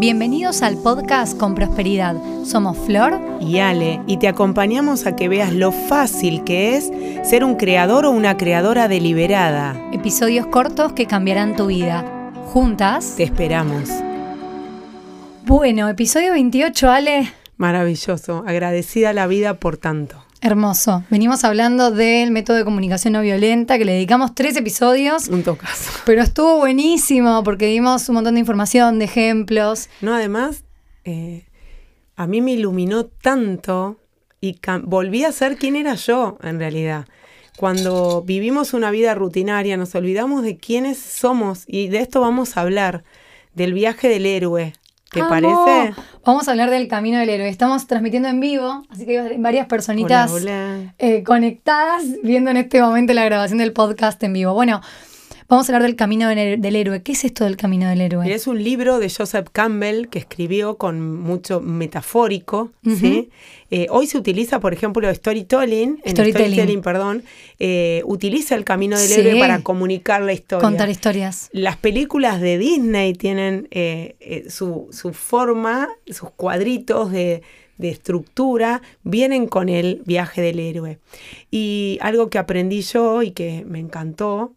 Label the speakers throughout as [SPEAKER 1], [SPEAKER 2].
[SPEAKER 1] Bienvenidos al podcast Con Prosperidad. Somos Flor
[SPEAKER 2] y Ale y te acompañamos a que veas lo fácil que es ser un creador o una creadora deliberada.
[SPEAKER 1] Episodios cortos que cambiarán tu vida. Juntas.
[SPEAKER 2] Te esperamos.
[SPEAKER 1] Bueno, episodio 28, Ale.
[SPEAKER 2] Maravilloso. Agradecida a la vida por tanto.
[SPEAKER 1] Hermoso. Venimos hablando del método de comunicación no violenta, que le dedicamos tres episodios.
[SPEAKER 2] Un tocazo.
[SPEAKER 1] Pero estuvo buenísimo porque dimos un montón de información, de ejemplos.
[SPEAKER 2] No, además, eh, a mí me iluminó tanto y cam- volví a ser quien era yo, en realidad. Cuando vivimos una vida rutinaria, nos olvidamos de quiénes somos y de esto vamos a hablar, del viaje del héroe. ¿Te
[SPEAKER 1] ¡Amo!
[SPEAKER 2] parece?
[SPEAKER 1] Vamos a hablar del camino del héroe. Estamos transmitiendo en vivo, así que hay varias personitas
[SPEAKER 2] Hola, hola.
[SPEAKER 1] eh, conectadas viendo en este momento la grabación del podcast en vivo. Bueno, vamos a hablar del camino del, del héroe. ¿Qué es esto del camino del héroe?
[SPEAKER 2] Es un libro de Joseph Campbell que escribió con mucho metafórico. ¿sí? Eh, hoy se utiliza, por ejemplo, storytelling. en
[SPEAKER 1] Storytelling.
[SPEAKER 2] storytelling, perdón. eh, utiliza el camino del
[SPEAKER 1] Sí.
[SPEAKER 2] héroe para comunicar la historia.
[SPEAKER 1] Contar historias.
[SPEAKER 2] Las películas de Disney tienen eh, eh, su, su forma, sus cuadritos de, de estructura, vienen con el viaje del héroe. Y algo que aprendí yo y que me encantó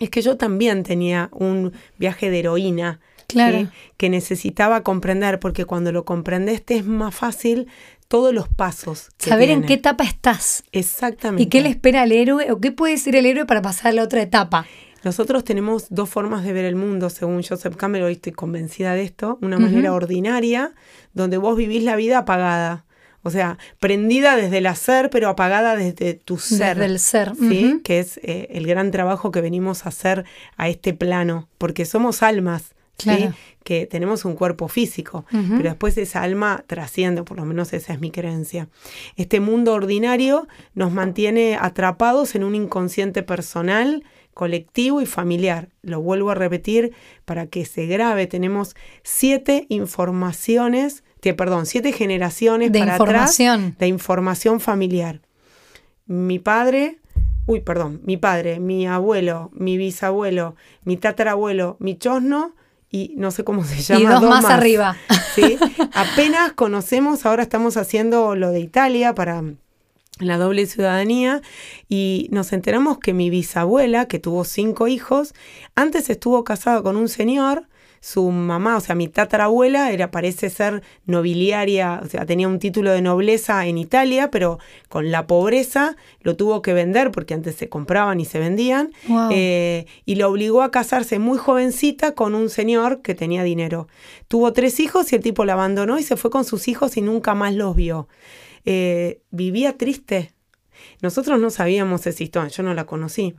[SPEAKER 2] es que yo también tenía un viaje de heroína.
[SPEAKER 1] Claro.
[SPEAKER 2] ¿sí? que necesitaba comprender, porque cuando lo comprendes te es más fácil todos los pasos. que
[SPEAKER 1] Saber en
[SPEAKER 2] tiene.
[SPEAKER 1] qué etapa estás
[SPEAKER 2] Exactamente.
[SPEAKER 1] y qué le espera al héroe o qué puede ser el héroe para pasar a la otra etapa.
[SPEAKER 2] Nosotros tenemos dos formas de ver el mundo, según Joseph Campbell, hoy estoy convencida de esto, una manera ordinaria, donde vos vivís la vida apagada. O sea, prendida desde el hacer, pero apagada desde tu ser.
[SPEAKER 1] Desde el ser,
[SPEAKER 2] ¿sí?
[SPEAKER 1] ujú.
[SPEAKER 2] Que es eh, el gran trabajo que venimos a hacer a este plano, porque somos almas. ¿sí?
[SPEAKER 1] Claro.
[SPEAKER 2] que tenemos un cuerpo físico,
[SPEAKER 1] Ujú.
[SPEAKER 2] pero después esa alma trasciende, por lo menos esa es mi creencia. Este mundo ordinario nos mantiene atrapados en un inconsciente personal, colectivo y familiar. Lo vuelvo a repetir para que se grabe, tenemos siete informaciones, te- perdón, siete generaciones
[SPEAKER 1] De
[SPEAKER 2] para
[SPEAKER 1] información.
[SPEAKER 2] atrás de información familiar. Mi padre, uy, perdón, mi padre, mi abuelo, mi bisabuelo, mi tatarabuelo, mi chosno y no sé cómo se llama.
[SPEAKER 1] Y dos más arriba.
[SPEAKER 2] ¿sí? Apenas conocemos, ahora estamos haciendo lo de Italia para la doble ciudadanía y nos enteramos que mi bisabuela, que tuvo cinco hijos, antes estuvo casada con un señor, su mamá, o sea, mi tatarabuela, era, parece ser nobiliaria, o sea, tenía un título de nobleza en Italia, pero con la pobreza lo tuvo que vender porque antes se compraban y se vendían,
[SPEAKER 1] Wow.
[SPEAKER 2] eh, y la obligó a casarse muy jovencita con un señor que tenía dinero. Tuvo tres hijos y el tipo la abandonó y se fue con sus hijos y nunca más los vio. Eh, vivía triste. Nosotros no sabíamos esa historia, yo no la conocí.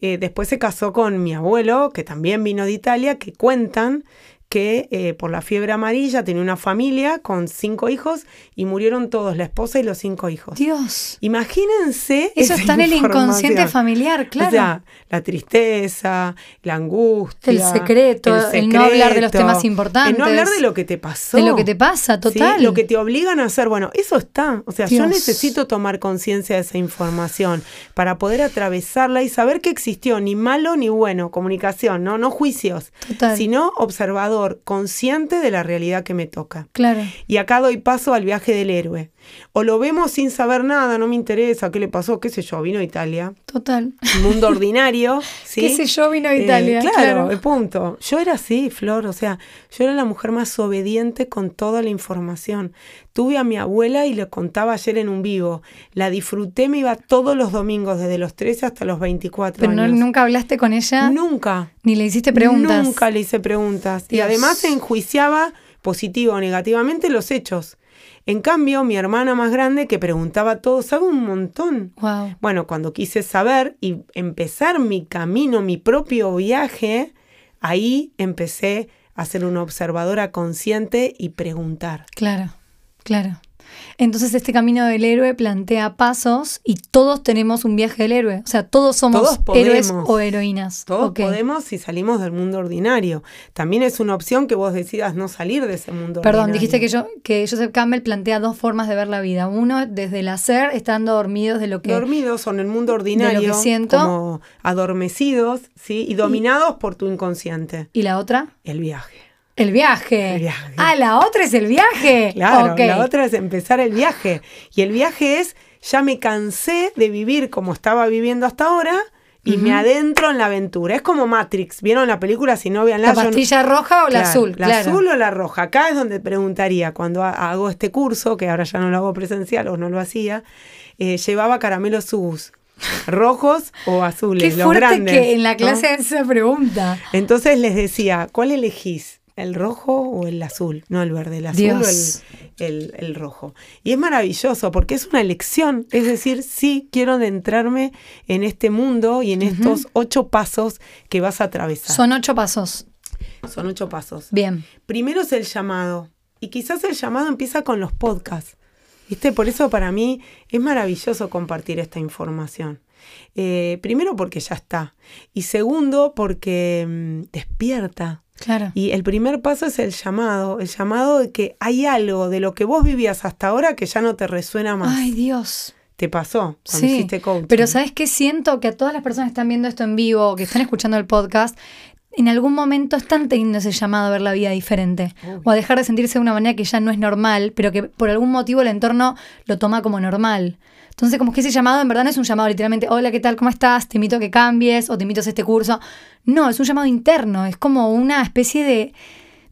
[SPEAKER 2] Eh, después se casó con mi abuelo, que también vino de Italia, que cuentan que eh, por la fiebre amarilla tenía una familia con cinco hijos y murieron todos, la esposa y los cinco hijos.
[SPEAKER 1] Dios.
[SPEAKER 2] Imagínense.
[SPEAKER 1] Eso
[SPEAKER 2] esa
[SPEAKER 1] está en el inconsciente
[SPEAKER 2] información.
[SPEAKER 1] familiar, claro.
[SPEAKER 2] O sea, la tristeza, la angustia.
[SPEAKER 1] El secreto, el no hablar de los temas importantes.
[SPEAKER 2] El no hablar de lo que te pasó.
[SPEAKER 1] de lo que te pasa, total.
[SPEAKER 2] Sí, Lo que te obligan a hacer. Bueno, eso está. O sea, yo
[SPEAKER 1] Dios.
[SPEAKER 2] necesito tomar conciencia de esa información para poder atravesarla y saber que existió ni malo ni bueno. Comunicación, ¿no? No juicios.
[SPEAKER 1] Total.
[SPEAKER 2] Sino observador, consciente de la realidad que me toca.
[SPEAKER 1] Claro.
[SPEAKER 2] Y acá doy paso al viaje del héroe. O lo vemos sin saber nada, no me interesa, qué le pasó, qué sé yo, vino a Italia
[SPEAKER 1] Total.
[SPEAKER 2] mundo ordinario. ¿sí?
[SPEAKER 1] ¿Qué sé yo? Vino a
[SPEAKER 2] Eh,
[SPEAKER 1] Italia,
[SPEAKER 2] claro,
[SPEAKER 1] claro.
[SPEAKER 2] el punto. Yo era así, Flor, o sea, yo era la mujer más obediente con toda la información. Tuve a mi abuela y le contaba ayer en un vivo. La disfruté, me iba todos los domingos, desde los 13 hasta los 24
[SPEAKER 1] Pero no-
[SPEAKER 2] años.
[SPEAKER 1] nunca hablaste con ella,
[SPEAKER 2] Nunca.
[SPEAKER 1] ni le hiciste preguntas.
[SPEAKER 2] Nunca le hice preguntas. Y
[SPEAKER 1] Dios.
[SPEAKER 2] además enjuiciaba positivo o negativamente los hechos. En cambio, mi hermana más grande, que preguntaba todo, sabe un montón.
[SPEAKER 1] Wow.
[SPEAKER 2] Bueno, cuando quise saber y empezar mi camino, mi propio viaje, ahí empecé a ser una observadora consciente y preguntar.
[SPEAKER 1] Claro, claro. Entonces este camino del héroe plantea pasos y todos tenemos un viaje del héroe. O sea, todos somos
[SPEAKER 2] Todos podemos.
[SPEAKER 1] héroes o heroínas.
[SPEAKER 2] Todos
[SPEAKER 1] Ok.
[SPEAKER 2] podemos si salimos del mundo ordinario. También es una opción que vos decidas no salir de ese mundo
[SPEAKER 1] Perdón,
[SPEAKER 2] ordinario.
[SPEAKER 1] dijiste que yo que Joseph Campbell plantea dos formas de ver la vida. Uno, desde el hacer, estando dormidos de lo que
[SPEAKER 2] Dormidos o en el mundo ordinario,
[SPEAKER 1] siento.
[SPEAKER 2] como adormecidos, ¿sí? Y dominados por tu inconsciente.
[SPEAKER 1] y la otra,
[SPEAKER 2] El viaje.
[SPEAKER 1] El viaje.
[SPEAKER 2] El viaje.
[SPEAKER 1] Ah, la otra es el viaje.
[SPEAKER 2] Claro,
[SPEAKER 1] Ok.
[SPEAKER 2] la otra es empezar el viaje. Y el viaje es, ya me cansé de vivir como estaba viviendo hasta ahora y me adentro en la aventura. Es como Matrix. ¿Vieron la película? Si no, vean
[SPEAKER 1] ¿La pastilla roja o la azul?
[SPEAKER 2] ¿La
[SPEAKER 1] claro.
[SPEAKER 2] azul o la roja? Acá es donde preguntaría, cuando ha- hago este curso, que ahora ya no lo hago presencial o no lo hacía, eh, llevaba caramelos sus rojos o azules,
[SPEAKER 1] Qué
[SPEAKER 2] los
[SPEAKER 1] fuerte
[SPEAKER 2] grandes,
[SPEAKER 1] que en la
[SPEAKER 2] ¿no?
[SPEAKER 1] clase esa pregunta.
[SPEAKER 2] Entonces les decía, ¿cuál elegís? ¿El rojo o el azul? No el verde, el azul
[SPEAKER 1] Dios.
[SPEAKER 2] o el, el- el rojo. Y es maravilloso porque es una elección. Es decir, sí quiero adentrarme en este mundo y en estos ocho pasos que vas a atravesar.
[SPEAKER 1] Son ocho pasos.
[SPEAKER 2] Son ocho pasos.
[SPEAKER 1] Bien.
[SPEAKER 2] Primero es el llamado. Y quizás el llamado empieza con los podcasts. ¿Viste? Por eso para mí es maravilloso compartir esta información. Eh, primero porque ya está. Y segundo porque mm, despierta.
[SPEAKER 1] Claro.
[SPEAKER 2] Y el primer paso es el llamado. El llamado de que hay algo de lo que vos vivías hasta ahora que ya no te resuena más.
[SPEAKER 1] Ay, Dios.
[SPEAKER 2] Te pasó cuando
[SPEAKER 1] Sí,
[SPEAKER 2] hiciste coaching.
[SPEAKER 1] Pero ¿sabes qué? Siento que a todas las personas que están viendo esto en vivo, que están escuchando el podcast, en algún momento están teniendo ese llamado a ver la vida diferente
[SPEAKER 2] Obvio.
[SPEAKER 1] o a dejar de sentirse de una manera que ya no es normal, pero que por algún motivo el entorno lo toma como normal. Entonces, como que ese llamado en verdad no es un llamado literalmente, hola, ¿qué tal? ¿Cómo estás? Te invito a que cambies o te invito a hacer este curso. No, es un llamado interno, es como una especie de,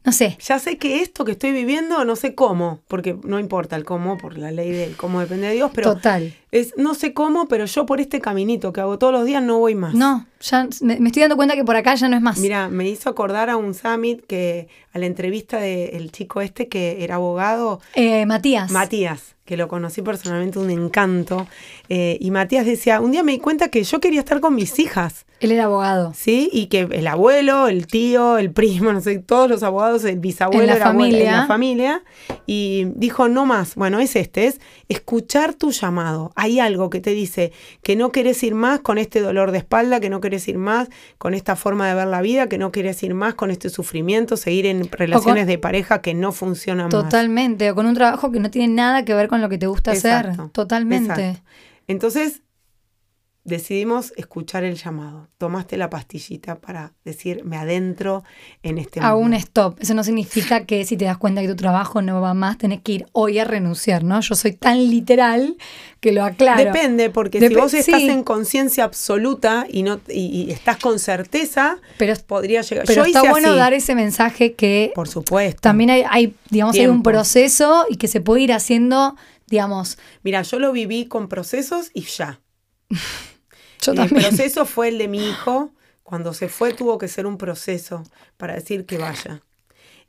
[SPEAKER 1] no sé,
[SPEAKER 2] ya sé que esto que estoy viviendo, no sé cómo, porque no importa el cómo, por la ley del cómo depende de Dios, pero
[SPEAKER 1] total.
[SPEAKER 2] Es, no sé cómo, pero yo por este caminito que hago todos los días no voy más.
[SPEAKER 1] No, ya me, me estoy dando cuenta que por acá ya no es más.
[SPEAKER 2] Mira, me hizo acordar a un summit que, a la entrevista del chico este que era abogado,
[SPEAKER 1] Eh, Matías.
[SPEAKER 2] Matías, que lo conocí personalmente, un encanto. eh, y Matías decía, un día me di cuenta que yo quería estar con mis hijas.
[SPEAKER 1] Él era abogado.
[SPEAKER 2] ¿sí? Y que el abuelo, el tío, el primo, no sé, todos los abogados, el bisabuelo,
[SPEAKER 1] En la
[SPEAKER 2] el abuelo, en
[SPEAKER 1] familia.
[SPEAKER 2] la familia. Y dijo, no más, bueno, es este, es escuchar tu llamado. Hay algo que te dice que no querés ir más con este dolor de espalda, que no querés ir más con esta forma de ver la vida, que no querés ir más con este sufrimiento, seguir en relaciones de pareja que no funcionan más.
[SPEAKER 1] Totalmente, o con un trabajo que no tiene nada que ver con lo que te gusta hacer.
[SPEAKER 2] Exacto,
[SPEAKER 1] Totalmente.
[SPEAKER 2] exacto. Entonces decidimos escuchar el llamado. Tomaste la pastillita para decir, me adentro en este
[SPEAKER 1] A un
[SPEAKER 2] mundo.
[SPEAKER 1] stop. Eso no significa que si te das cuenta que tu trabajo no va más, tenés que ir hoy a renunciar, ¿no? Yo soy tan literal que lo aclaro.
[SPEAKER 2] Depende, porque si
[SPEAKER 1] Dep-
[SPEAKER 2] vos estás
[SPEAKER 1] sí.
[SPEAKER 2] en conciencia absoluta y no y, y estás con certeza,
[SPEAKER 1] Pero,
[SPEAKER 2] podría llegar.
[SPEAKER 1] pero
[SPEAKER 2] Yo
[SPEAKER 1] está
[SPEAKER 2] hice
[SPEAKER 1] bueno
[SPEAKER 2] así,
[SPEAKER 1] dar ese mensaje que
[SPEAKER 2] por supuesto.
[SPEAKER 1] también hay, hay, digamos, hay un
[SPEAKER 2] Tiempo.
[SPEAKER 1] proceso y que se puede ir haciendo, digamos,
[SPEAKER 2] Mira, yo lo viví con procesos y ya.
[SPEAKER 1] yo
[SPEAKER 2] el
[SPEAKER 1] también.
[SPEAKER 2] proceso fue el de mi hijo. Cuando se fue tuvo que ser un proceso para decir que vaya.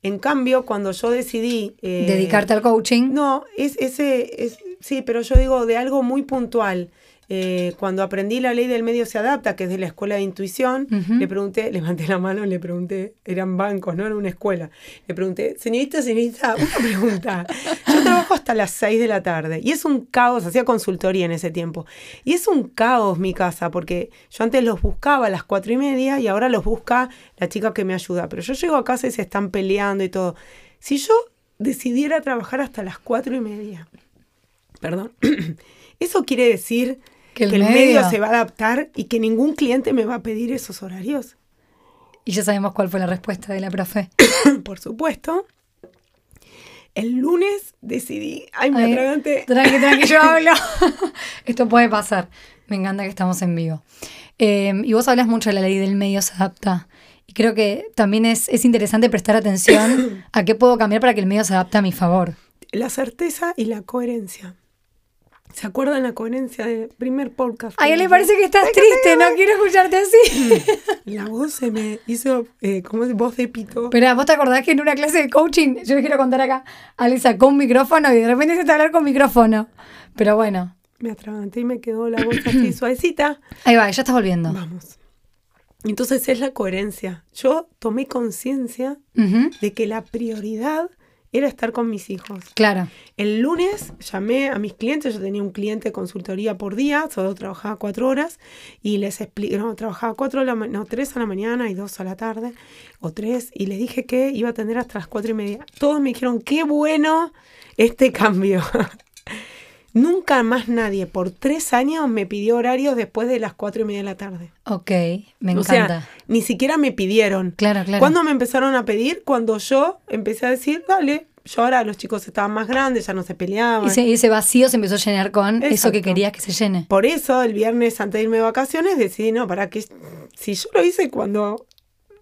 [SPEAKER 2] En cambio, cuando yo decidí eh,
[SPEAKER 1] Dedicarte al coaching.
[SPEAKER 2] No, es ese, es, sí, pero yo digo de algo muy puntual. Eh, cuando aprendí la ley del medio se adapta, que es de la escuela de intuición,
[SPEAKER 1] Ujú.
[SPEAKER 2] le pregunté, levanté la mano, le pregunté, eran bancos, no era una escuela. Le pregunté, señorita, señorita, una pregunta. Yo trabajo hasta las 6 de la tarde y es un caos, hacía consultoría en ese tiempo. Y es un caos mi casa, porque yo antes los buscaba a las cuatro y media y ahora los busca la chica que me ayuda. Pero yo llego a casa y se están peleando y todo. Si yo decidiera trabajar hasta las cuatro y media, perdón, eso quiere decir
[SPEAKER 1] Que
[SPEAKER 2] que
[SPEAKER 1] el
[SPEAKER 2] el, medio.
[SPEAKER 1] medio
[SPEAKER 2] se va a adaptar y que ningún cliente me va a pedir esos horarios.
[SPEAKER 1] Y ya sabemos cuál fue la respuesta de la profe.
[SPEAKER 2] Por supuesto. El lunes decidí. Ay, me
[SPEAKER 1] Ay,
[SPEAKER 2] atraganté.
[SPEAKER 1] Tranqui, tranqui, yo hablo. Esto puede pasar. Me encanta que estamos en vivo. Eh, y vos hablas mucho de la ley del medio se adapta. Y creo que también es, es interesante prestar atención a qué puedo cambiar para que el medio se adapte a mi favor.
[SPEAKER 2] La certeza y la coherencia. ¿Se acuerdan la coherencia del primer podcast?
[SPEAKER 1] Ay, le parece que estás triste, no quiero escucharte así.
[SPEAKER 2] La voz se me hizo eh, como es voz de pito.
[SPEAKER 1] Pero vos te acordás que en una clase de coaching, yo les quiero contar acá, Ale sacó un micrófono y de repente se te hablar con micrófono. Pero bueno,
[SPEAKER 2] Me atraganté y me quedó la voz así suavecita.
[SPEAKER 1] ahí va, ya estás volviendo.
[SPEAKER 2] Vamos. Entonces es la coherencia. Yo tomé conciencia
[SPEAKER 1] Ujú,
[SPEAKER 2] de que la prioridad era estar con mis hijos.
[SPEAKER 1] Claro.
[SPEAKER 2] El lunes llamé a mis clientes, yo tenía un cliente de consultoría por día, solo trabajaba cuatro horas y les expliqué, no, trabajaba cuatro, de la ma- no, tres a la mañana y dos a la tarde, o tres, y les dije que iba a atender hasta las cuatro y media. Todos me dijeron, qué bueno este cambio. Nunca más nadie por tres años me pidió horarios después de las cuatro y media de la tarde.
[SPEAKER 1] Ok, me
[SPEAKER 2] o
[SPEAKER 1] encanta.
[SPEAKER 2] sea, ni siquiera me pidieron.
[SPEAKER 1] claro, claro.
[SPEAKER 2] ¿Cuándo me empezaron a pedir? Cuando yo empecé a decir, dale, yo ahora los chicos estaban más grandes, ya no se peleaban.
[SPEAKER 1] Y ese, y ese vacío se empezó a llenar con eso que
[SPEAKER 2] Exacto.
[SPEAKER 1] querías que se llene.
[SPEAKER 2] Por eso el viernes antes de irme de vacaciones decidí, no, para que si yo lo hice cuando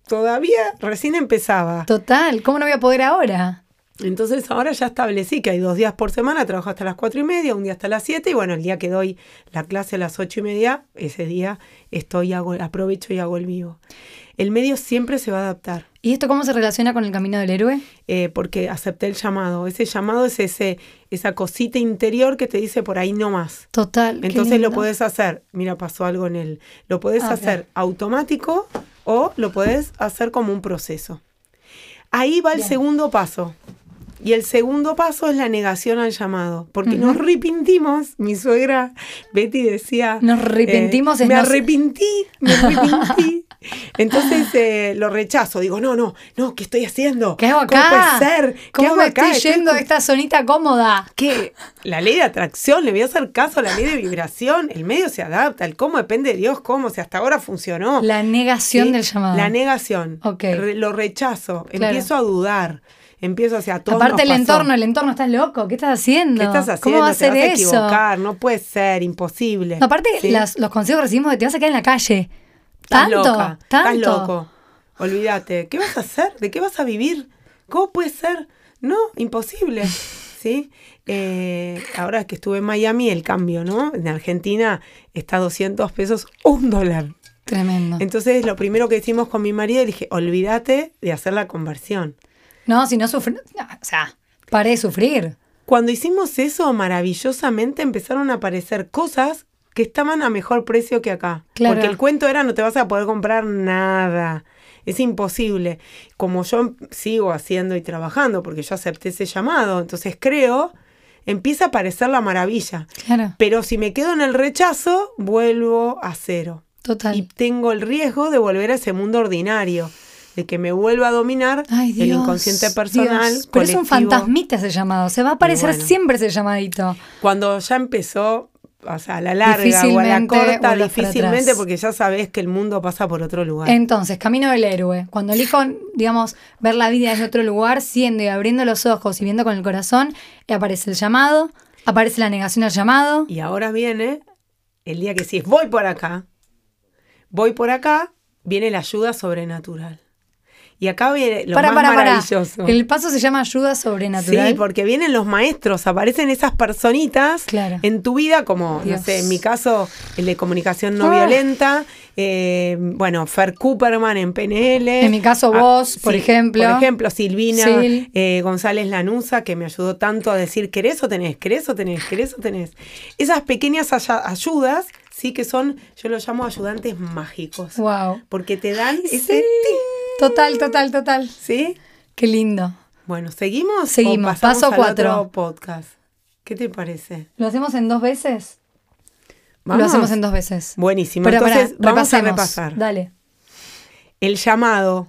[SPEAKER 2] todavía recién empezaba.
[SPEAKER 1] Total, ¿cómo no voy a poder ahora?
[SPEAKER 2] Entonces ahora ya establecí que hay dos días por semana, trabajo hasta las cuatro y media, un día hasta las siete, y bueno, el día que doy la clase a las ocho y media, ese día estoy, hago, aprovecho y hago el vivo. El medio siempre se va a adaptar.
[SPEAKER 1] ¿Y esto cómo se relaciona con el camino del héroe?
[SPEAKER 2] eh, porque acepté el llamado. Ese llamado es ese, esa cosita interior que te dice por ahí no más.
[SPEAKER 1] Total. qué
[SPEAKER 2] Entonces lo
[SPEAKER 1] lindo.
[SPEAKER 2] podés hacer, mira, pasó algo en él. Lo podés
[SPEAKER 1] Ah, ok.
[SPEAKER 2] hacer automático o lo podés hacer como un proceso. Ahí va el
[SPEAKER 1] Bien.
[SPEAKER 2] segundo paso. Y el segundo paso es la negación al llamado, porque nos arrepentimos. Mi suegra Betty decía,
[SPEAKER 1] Nos arrepentimos,
[SPEAKER 2] eh,
[SPEAKER 1] es
[SPEAKER 2] me
[SPEAKER 1] nos-
[SPEAKER 2] arrepentí, me arrepentí. Entonces eh, lo rechazo, digo, no, no, no, ¿qué estoy haciendo?
[SPEAKER 1] ¿Qué hago acá?
[SPEAKER 2] ¿Cómo puede ser? ¿Qué
[SPEAKER 1] ¿Cómo
[SPEAKER 2] hago
[SPEAKER 1] me
[SPEAKER 2] acá?
[SPEAKER 1] estoy yendo a esta zonita cómoda?
[SPEAKER 2] ¿Qué? La ley de atracción, le voy a hacer caso a la ley de vibración. El medio se adapta, el cómo depende de Dios, cómo, si hasta ahora funcionó.
[SPEAKER 1] La negación
[SPEAKER 2] ¿sí?
[SPEAKER 1] del llamado.
[SPEAKER 2] La negación.
[SPEAKER 1] Ok.
[SPEAKER 2] Re- lo rechazo,
[SPEAKER 1] Claro.
[SPEAKER 2] empiezo a dudar, empiezo hacia todo.
[SPEAKER 1] Aparte el entorno, el entorno, estás loco, ¿qué estás haciendo?
[SPEAKER 2] ¿Qué estás haciendo?
[SPEAKER 1] ¿Cómo va a
[SPEAKER 2] Te
[SPEAKER 1] ser
[SPEAKER 2] vas a
[SPEAKER 1] eso?
[SPEAKER 2] equivocar, no puede ser, imposible.
[SPEAKER 1] No, aparte
[SPEAKER 2] ¿Sí?
[SPEAKER 1] las- los consejos que recibimos de te vas a quedar en la calle.
[SPEAKER 2] Estás
[SPEAKER 1] Tanto,
[SPEAKER 2] loca, estás
[SPEAKER 1] tanto.
[SPEAKER 2] loco. Olvídate. ¿Qué vas a hacer? ¿De qué vas a vivir? ¿Cómo puede ser? No, imposible. ¿Sí? Eh, ahora que estuve en Miami, el cambio, ¿no? En Argentina está 200 pesos, un dólar.
[SPEAKER 1] Tremendo.
[SPEAKER 2] Entonces, lo primero que hicimos con mi marido, le dije, olvídate de hacer la conversión.
[SPEAKER 1] No, si no sufre, no, o sea, pare de sufrir.
[SPEAKER 2] Cuando hicimos eso, maravillosamente empezaron a aparecer cosas que estaban a mejor precio que acá.
[SPEAKER 1] Claro.
[SPEAKER 2] Porque el cuento era no te vas a poder comprar nada. Es imposible. Como yo sigo haciendo y trabajando, porque yo acepté ese llamado, entonces creo, empieza a aparecer la maravilla.
[SPEAKER 1] Claro,
[SPEAKER 2] Pero si me quedo en el rechazo, vuelvo a cero.
[SPEAKER 1] total.
[SPEAKER 2] Y tengo el riesgo de volver a ese mundo ordinario, de que me vuelva a dominar
[SPEAKER 1] Ay, Dios,
[SPEAKER 2] el inconsciente personal.
[SPEAKER 1] Dios. Pero es un
[SPEAKER 2] colectivo.
[SPEAKER 1] fantasmita ese llamado. Se va a aparecer
[SPEAKER 2] bueno.
[SPEAKER 1] siempre ese llamadito.
[SPEAKER 2] cuando ya empezó, o sea, a la larga o a la
[SPEAKER 1] Difícilmente
[SPEAKER 2] corta,
[SPEAKER 1] volvés para
[SPEAKER 2] difícilmente,
[SPEAKER 1] atrás.
[SPEAKER 2] porque ya sabes que el mundo pasa por otro lugar.
[SPEAKER 1] Entonces, camino del héroe. Cuando elijo, digamos, ver la vida desde otro lugar, siendo y abriendo los ojos y viendo con el corazón, y aparece el llamado, aparece la negación al llamado.
[SPEAKER 2] Y ahora viene el día que sí, voy por acá, voy por acá, viene la ayuda sobrenatural. Y acá viene lo
[SPEAKER 1] para,
[SPEAKER 2] más
[SPEAKER 1] para, para.
[SPEAKER 2] maravilloso.
[SPEAKER 1] El paso se llama ayuda sobrenatural.
[SPEAKER 2] Sí, porque vienen los maestros, aparecen esas personitas
[SPEAKER 1] Claro.
[SPEAKER 2] en tu vida, como,
[SPEAKER 1] Dios.
[SPEAKER 2] no sé, en mi caso, el de comunicación no
[SPEAKER 1] Ah.
[SPEAKER 2] violenta, eh, bueno, Fer Cooperman en PNL.
[SPEAKER 1] En mi caso, vos, por ejemplo.
[SPEAKER 2] Ah, Por ejemplo, Silvina
[SPEAKER 1] Sil.
[SPEAKER 2] eh, González Lanusa, que me ayudó tanto a decir, ¿querés o tenés? ¿Querés o tenés? ¿Querés o tenés? Esas pequeñas haya- ayudas, sí, que son, yo los llamo ayudantes mágicos,
[SPEAKER 1] Wow.
[SPEAKER 2] porque te dan
[SPEAKER 1] Sí.
[SPEAKER 2] ese... tic,
[SPEAKER 1] Total, total, total.
[SPEAKER 2] ¿Sí?
[SPEAKER 1] Qué lindo.
[SPEAKER 2] Bueno, ¿seguimos?
[SPEAKER 1] Seguimos.
[SPEAKER 2] o pasamos
[SPEAKER 1] Paso
[SPEAKER 2] al
[SPEAKER 1] cuatro.
[SPEAKER 2] otro podcast. ¿Qué te parece?
[SPEAKER 1] ¿Lo hacemos en dos veces?
[SPEAKER 2] ¿Vamos?
[SPEAKER 1] Lo hacemos en dos veces.
[SPEAKER 2] Buenísimo.
[SPEAKER 1] Pero
[SPEAKER 2] Entonces,
[SPEAKER 1] pará,
[SPEAKER 2] vamos a
[SPEAKER 1] repasemos.
[SPEAKER 2] repasar.
[SPEAKER 1] Dale.
[SPEAKER 2] El llamado.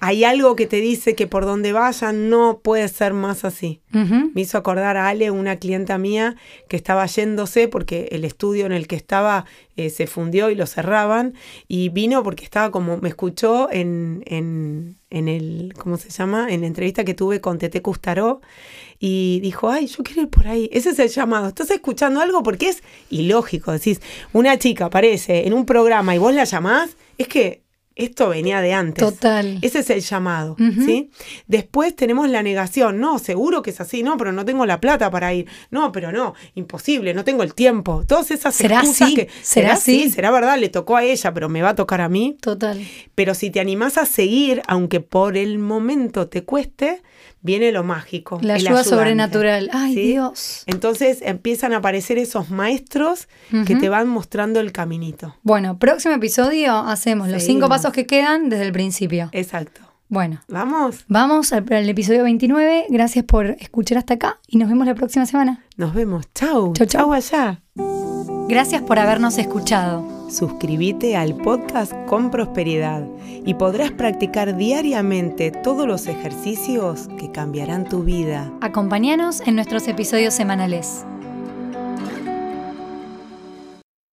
[SPEAKER 2] Hay algo que te dice que por donde vayan no puede ser más así.
[SPEAKER 1] Ujú.
[SPEAKER 2] Me hizo acordar a Ale, una clienta mía, que estaba yéndose porque el estudio en el que estaba eh, se fundió y lo cerraban. Y vino porque estaba como, me escuchó en, en- en el, ¿cómo se llama? En la entrevista que tuve con Tete Custaró. Y dijo, ay, yo quiero ir por ahí. Ese es el llamado. ¿Estás escuchando algo? Porque es ilógico. Decís, una chica aparece en un programa y vos la llamás. Es que esto venía de antes.
[SPEAKER 1] Total.
[SPEAKER 2] Ese es el llamado,
[SPEAKER 1] Ujú.
[SPEAKER 2] ¿sí? Después tenemos la negación, no, seguro que es así, no, pero no tengo la plata para ir, no, pero no, imposible, no tengo el tiempo. Todas esas
[SPEAKER 1] ¿Será
[SPEAKER 2] excusas
[SPEAKER 1] así?
[SPEAKER 2] que
[SPEAKER 1] ¿Será así?
[SPEAKER 2] será verdad, le tocó a ella, pero me va a tocar a mí.
[SPEAKER 1] Total.
[SPEAKER 2] Pero si te animás a seguir, aunque por el momento te cueste, viene lo mágico.
[SPEAKER 1] La
[SPEAKER 2] el
[SPEAKER 1] ayuda
[SPEAKER 2] ayudante,
[SPEAKER 1] sobrenatural. Ay,
[SPEAKER 2] ¿sí?
[SPEAKER 1] Dios.
[SPEAKER 2] Entonces empiezan a aparecer esos maestros que
[SPEAKER 1] Ujú.
[SPEAKER 2] te van mostrando el caminito.
[SPEAKER 1] Bueno, próximo episodio hacemos los cinco
[SPEAKER 2] Seguimos. Eh.
[SPEAKER 1] pasos que quedan desde el principio.
[SPEAKER 2] Exacto.
[SPEAKER 1] Bueno,
[SPEAKER 2] Vamos,
[SPEAKER 1] vamos al, al episodio 29. Gracias por escuchar hasta acá y nos vemos la próxima semana.
[SPEAKER 2] nos vemos. Chau.
[SPEAKER 1] Chau, chau.
[SPEAKER 2] Chau allá.
[SPEAKER 1] Gracias por habernos escuchado.
[SPEAKER 2] Suscríbete al podcast Con Prosperidad y podrás practicar diariamente todos los ejercicios que cambiarán tu vida.
[SPEAKER 1] Acompáñanos en nuestros episodios semanales.